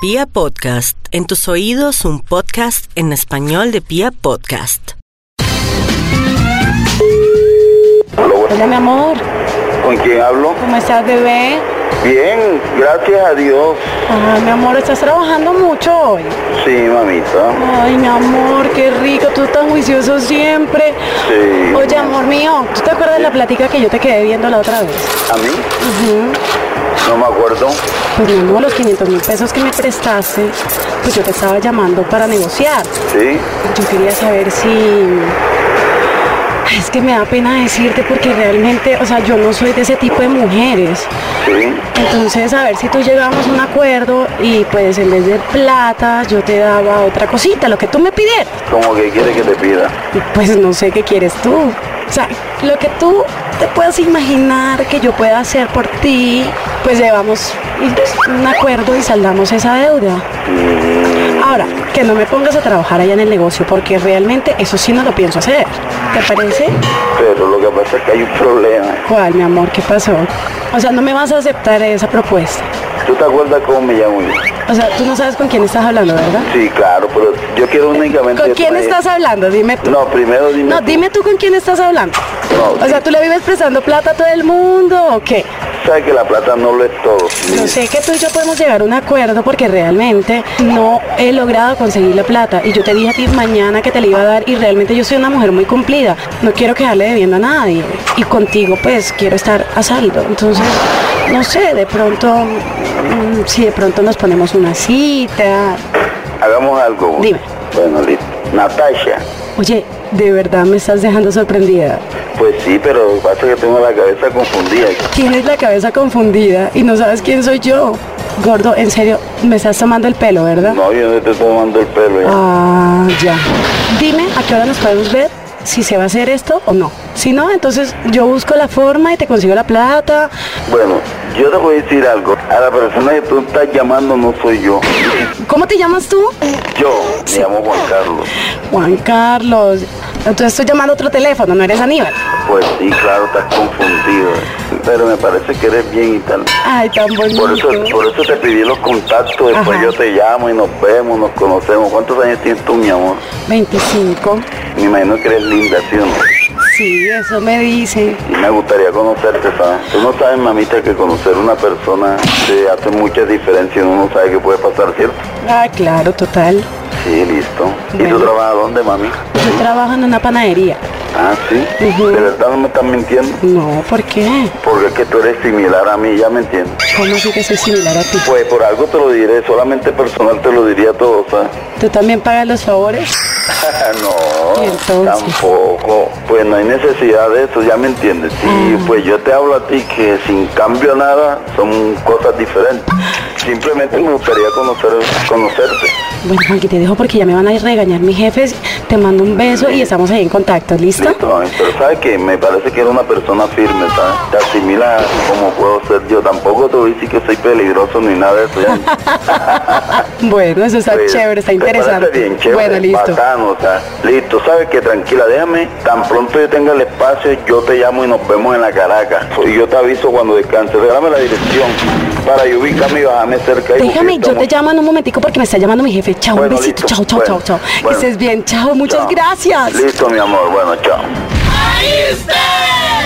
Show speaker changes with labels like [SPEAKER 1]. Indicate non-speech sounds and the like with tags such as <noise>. [SPEAKER 1] Pia Podcast, en tus oídos un podcast en español de Pia Podcast.
[SPEAKER 2] Aló, bu-
[SPEAKER 3] Hola mi amor,
[SPEAKER 2] ¿Con quién hablo?
[SPEAKER 3] ¿cómo estás bebé?
[SPEAKER 2] Bien, gracias a Dios.
[SPEAKER 3] Ay mi amor, estás trabajando mucho hoy.
[SPEAKER 2] Sí, mamita.
[SPEAKER 3] Ay mi amor, qué rico, tú tan juicioso siempre.
[SPEAKER 2] Sí.
[SPEAKER 3] Oye amor mío, ¿tú te acuerdas de la plática que yo te quedé viendo la otra vez?
[SPEAKER 2] ¿A mí? No me acuerdo.
[SPEAKER 3] Pues mi amor, los 500 mil pesos que me prestaste, pues yo te estaba llamando para negociar.
[SPEAKER 2] Sí.
[SPEAKER 3] Yo quería saber si... Ay, Es que me da pena decirte porque realmente, o sea, yo no soy de ese tipo de mujeres.
[SPEAKER 2] Sí.
[SPEAKER 3] Entonces, a ver si tú llegamos a un acuerdo y pues en vez de plata yo te daba otra cosita, lo que tú me pides.
[SPEAKER 2] Como que quiere que te pida.
[SPEAKER 3] Y, Pues no sé qué quieres tú. O sea, lo que tú te puedas imaginar que yo pueda hacer por ti, pues llevamos un acuerdo y saldamos esa deuda.
[SPEAKER 2] Mm,
[SPEAKER 3] Ahora, que no me pongas a trabajar allá en el negocio porque realmente eso sí no lo pienso hacer. ¿Te parece?
[SPEAKER 2] Pero lo que pasa es que hay un problema.
[SPEAKER 3] ¿Cuál, mi amor? ¿Qué pasó? O sea, no me vas a aceptar esa propuesta.
[SPEAKER 2] ¿Tú te acuerdas cómo me llamo yo?
[SPEAKER 3] O sea, tú no sabes con quién estás hablando, ¿verdad?
[SPEAKER 2] Sí, claro, pero yo quiero únicamente...
[SPEAKER 3] ¿Con quién
[SPEAKER 2] traer-
[SPEAKER 3] estás hablando? Dime tú.
[SPEAKER 2] No, primero dime...
[SPEAKER 3] No,
[SPEAKER 2] tú.
[SPEAKER 3] dime tú con quién estás hablando.
[SPEAKER 2] No,
[SPEAKER 3] O sea, ¿tú le vives prestando plata a todo el mundo o qué?
[SPEAKER 2] Sabes que la plata no lo es todo.
[SPEAKER 3] Yo sé que tú y yo podemos llegar a un acuerdo porque realmente no he logrado conseguir la plata. Y yo te dije a ti mañana que te la iba a dar y realmente yo soy una mujer muy cumplida. No quiero quedarle debiendo a nadie. Y contigo pues quiero estar a saldo. Entonces, no sé, de pronto, mm, si de pronto nos ponemos una cita.
[SPEAKER 2] Hagamos algo.
[SPEAKER 3] Dime.
[SPEAKER 2] Bueno, listo. Natasha.
[SPEAKER 3] Oye, de verdad me estás dejando sorprendida.
[SPEAKER 2] Pues sí, pero lo que pasa es que tengo la cabeza confundida.
[SPEAKER 3] Tienes la cabeza confundida y no sabes quién soy yo. Gordo, en serio, me estás tomando el pelo, ¿verdad?
[SPEAKER 2] No, yo no te estoy tomando el pelo. ya.
[SPEAKER 3] Ah, ya. Dime a qué hora nos podemos ver, si se va a hacer esto o no. Si no, entonces yo busco la forma y te consigo la plata.
[SPEAKER 2] Bueno, yo te voy a decir algo. A la persona que tú estás llamando no soy yo.
[SPEAKER 3] ¿Cómo te llamas tú?
[SPEAKER 2] Yo me llamo Juan Carlos.
[SPEAKER 3] Juan Carlos. Entonces estoy llamando a otro teléfono, no eres Aníbal.
[SPEAKER 2] Pues sí, claro, estás confundido. Pero me parece que eres bien y tal.
[SPEAKER 3] Ay, tan
[SPEAKER 2] Por eso,
[SPEAKER 3] bonito.
[SPEAKER 2] por eso te pedí los contactos, después
[SPEAKER 3] Ajá.
[SPEAKER 2] yo te llamo y nos vemos, nos conocemos. ¿Cuántos años tienes tú, mi amor?
[SPEAKER 3] 25.
[SPEAKER 2] Me imagino que eres linda, ¿sí o no?
[SPEAKER 3] Sí, eso me dicen.
[SPEAKER 2] Y me gustaría conocerte, ¿sabes? Tú no sabes, mamita, que conocer una persona te hace mucha diferencia. Uno no sabe qué puede pasar, ¿cierto?
[SPEAKER 3] Ah, claro, total.
[SPEAKER 2] Sí, listo. ¿Y tú
[SPEAKER 3] Bueno.
[SPEAKER 2] trabajas dónde, mami?
[SPEAKER 3] Yo trabajo en una panadería.
[SPEAKER 2] Ah, sí.
[SPEAKER 3] Ujú.
[SPEAKER 2] De verdad no me estás mintiendo.
[SPEAKER 3] No, ¿por qué?
[SPEAKER 2] Porque es que tú eres similar a mí, ya me entiendes.
[SPEAKER 3] ¿Cómo así que soy similar a ti?
[SPEAKER 2] Pues por algo te lo diré, solamente personal te lo diría ¿ah? todo, ¿sabes?
[SPEAKER 3] ¿Tú también pagas los favores?
[SPEAKER 2] <laughs>
[SPEAKER 3] ¿Y
[SPEAKER 2] no,
[SPEAKER 3] entonces?
[SPEAKER 2] tampoco. Pues no hay necesidad de eso, ya me entiendes. Sí,
[SPEAKER 3] Ah.
[SPEAKER 2] pues yo te hablo a ti que sin cambio nada son cosas diferentes. Simplemente me gustaría conocer, conocerte.
[SPEAKER 3] Bueno, Juanqui, te dejo porque ya me van a regañar mis jefes. Te mando un beso y estamos ahí en contacto, ¿listo?
[SPEAKER 2] Listo, mami. Pero sabes que me parece que eres una persona firme, ¿sabes? Te asimilas como puedo ser yo. Tampoco te voy a decir que soy peligroso ni nada de eso. ya.
[SPEAKER 3] Bueno, eso está
[SPEAKER 2] Pues,
[SPEAKER 3] chévere, está
[SPEAKER 2] ¿te parece
[SPEAKER 3] interesante.
[SPEAKER 2] bien, chévere,
[SPEAKER 3] bueno, listo.
[SPEAKER 2] bacano, o sea, listo, sabes que tranquila, déjame, tan pronto yo tenga el espacio, yo te llamo y nos vemos en la Caracas. Y yo te aviso cuando descanse, regálame la dirección para yo ubicarme y bajarme cerca. y
[SPEAKER 3] Déjame, yo
[SPEAKER 2] buscar-
[SPEAKER 3] te llamo en un momentico porque me está llamando mi jefe. Chao,
[SPEAKER 2] Bueno,
[SPEAKER 3] un besito.
[SPEAKER 2] listo.
[SPEAKER 3] Chao, chao,
[SPEAKER 2] Bueno,
[SPEAKER 3] chao, chao. Que
[SPEAKER 2] bueno.
[SPEAKER 3] estés bien. Chao, muchas
[SPEAKER 2] Chao.
[SPEAKER 3] gracias.
[SPEAKER 2] Listo, mi amor, bueno, chao.
[SPEAKER 4] Ahí está.